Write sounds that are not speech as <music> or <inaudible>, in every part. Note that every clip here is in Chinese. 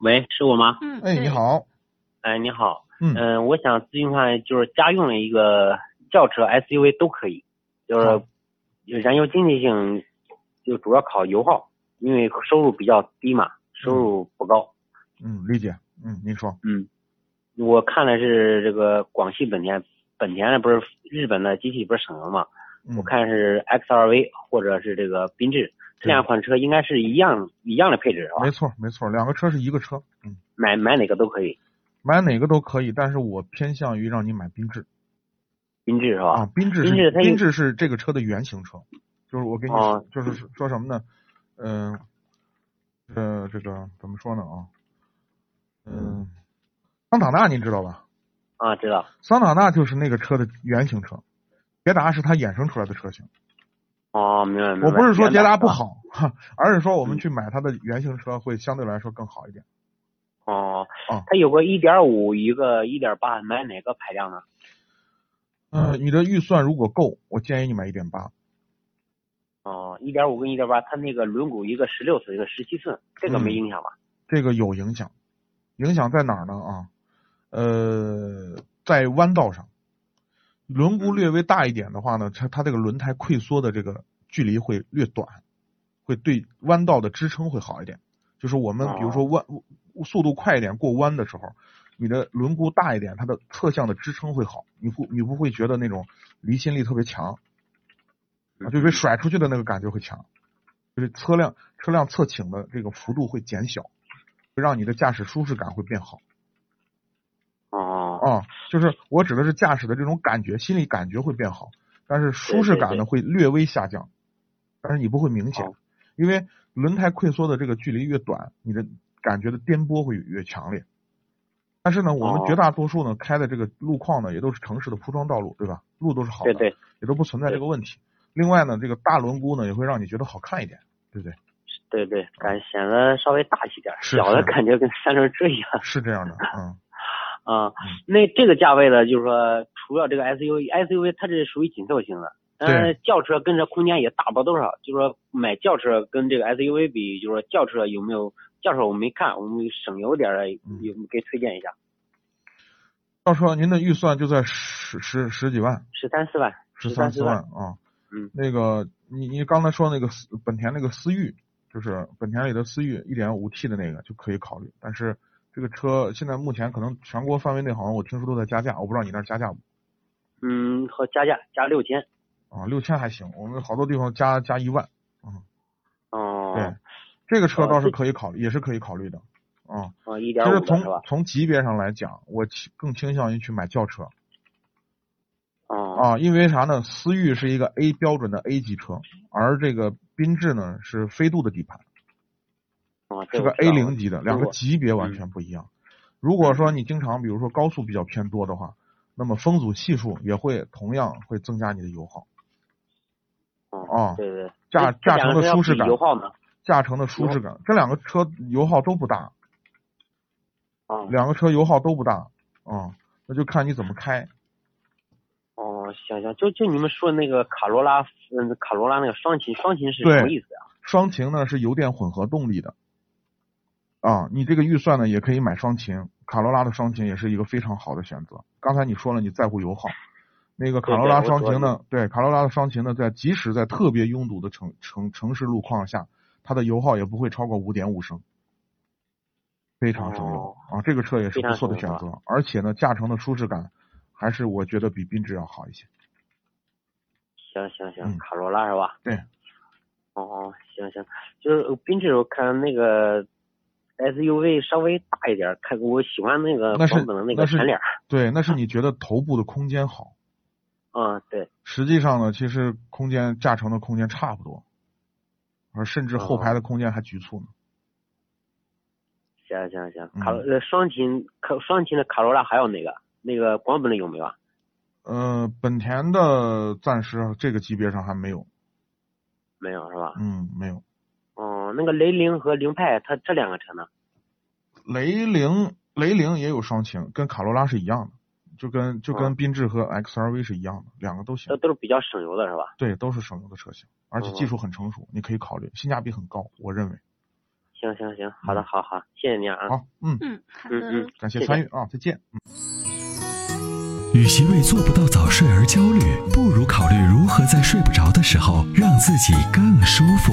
喂，是我吗？嗯，哎，对你，好，哎，你好，嗯嗯、我想咨询一下，就是家用的一个轿车、SUV 都可以，就是好有燃油经济性，就主要考油耗，因为收入比较低嘛，收入不高。嗯，理解，嗯，您说，我看的是这个广汽本田，本田的不是日本的机器不是省油嘛？嗯我看是 XRV 或者是这个缤智这两款车应该是一样一样的配置是吧没？错没错，两个车是一个车，嗯，买买哪个都可以，买哪个都可以，但是我偏向于让你买缤智缤智是吧？啊，缤智是哦缤智它有缤智是这个车的原型车，就是我跟你哦说，就是说说什么呢？嗯，呃，这个怎么说呢啊？嗯，桑塔纳您知道吧？啊，知道。桑塔纳就是那个车的原型车，捷达是它衍生出来的车型。哦，明白明白。我不是说捷达不原版是吧。啊好，哈而是说嗯我们去买它的原型车会相对来说更好一点。哦啊，它有个1.5，一个1.8，买哪个排量呢？嗯，你的预算如果够，我建议你买一点八。哦，1.5跟1.8，它那个轮毂一个16寸，一个17寸，这个嗯没影响吧？这个有影响，影响在哪儿呢？啊，呃，在弯道上，轮毂略微大一点的话呢，它它这个轮胎溃缩的这个距离会略短，会对弯道的支撑会好一点。就是我们比如说弯、速度快一点过弯的时候，你的轮毂大一点，它的侧向的支撑会好，你不你不会觉得那种离心力特别强，嗯啊，就被甩出去的那个感觉会强，就是车辆车辆侧倾的这个幅度会减小，会让你的驾驶舒适感会变好哦，啊。就是我指的是驾驶的这种感觉，心理感觉会变好，但是舒适感呢会略微下降，但是你不会明显好，因为轮胎溃缩的这个距离越短，你的感觉的颠簸会越强烈。但是呢，我哦们绝大多数呢开的这个路况呢，也都是城市的铺装道路，对吧？路都是好的，对对，也都不存在这个问题。另外呢，这个大轮毂呢也会让你觉得好看一点，对不对？对对，感觉显得稍微大气点儿，哦是小的是感觉跟三轮车一样是 <laughs> 这样的，嗯，啊。那这个价位的，就是说除了这个 SUV，SUV 它是属于紧凑型的，但是轿车跟这空间也大不了多少。就是说买轿车跟这个 SUV 比，就是说轿车有没有？轿车我没看，我们省油点儿的，嗯有给推荐一下，到时候您的预算就在十十十几万，十三四万，十三三四万万。啊。嗯，那个你你刚才说那个思本田那个思域，就是本田里的思域一点五 T 的那个就可以考虑，但是这个车现在目前可能全国范围内好像我听说都在加价，我不知道你那儿加价不嗯，和加价加六千。啊？六千还行，我们好多地方加加一万。哦，对，这个车哦倒是这可以考虑，也是可以考虑的啊。哦，一其点实五从是吧？从级别上来讲，我倾更倾向于去买轿车哦，啊，因为啥呢？思域是一个 A 标准的 A 级车，而这个缤智呢是飞度的底盘，哦，是这个我 A 知道零级的，两个过级别完全不一样。如果说你经常比如说高速比较偏多的话，那么风阻系数也会同样会增加你的油耗，哦啊对对，驾这驾乘的舒适这两个要感比油耗呢？驾乘的舒适感。这两个车油耗都不大，哦两个车油耗都不大啊，那就看你怎么开。哦，行行，就就你们说那个卡罗拉，嗯，卡罗拉那个双擎，双擎是对什么意思啊？双擎呢是油电混合动力的，啊，你这个预算呢也可以买双擎，卡罗拉的双擎也是一个非常好的选择。刚才你说了你在乎油耗，那个卡罗拉对对我双擎呢，对卡罗拉的双擎呢，在即使在特别拥堵的城城城市路况下，它的油耗也不会超过五点五升，非常省油、啊，这个车也是不错的选哦非常省啊择，而且呢驾乘的舒适感还是我觉得比缤智要好一些。行行行，嗯卡罗拉是吧？对。哦哦，行行，就是呃缤智，我看那个 SUV 稍微大一点，看我喜欢那个那是版本的那个那是前脸儿。对，那啊是你觉得头部的空间好。嗯，对，实际上呢，其实啊空间驾乘的空间差不多，而甚至后排的空间还局促呢。行行行，嗯卡罗呃双擎卡双擎的卡罗拉还有哪个？那个广本的有没有啊？呃，本田的暂时这个级别上还没有，没有是吧？嗯，没有。哦，那个雷凌和凌派，它这两个车呢？雷凌雷凌也有双擎，跟卡罗拉是一样的，就跟就跟缤智和 XRV 是一样的，两个都行都。都是比较省油的是吧？对，都是省油的车型，而且嗯技术很成熟，你可以考虑，性价比很高，我认为。行行行，好的，好好，谢谢您啊。好，嗯，嗯，好嗯的嗯，感谢谢谢参与啊，再见。与其为做不到早睡而焦虑，不如考虑如何在睡不着的时候让自己更舒服。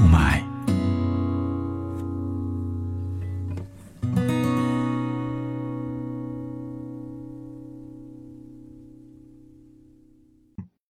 买。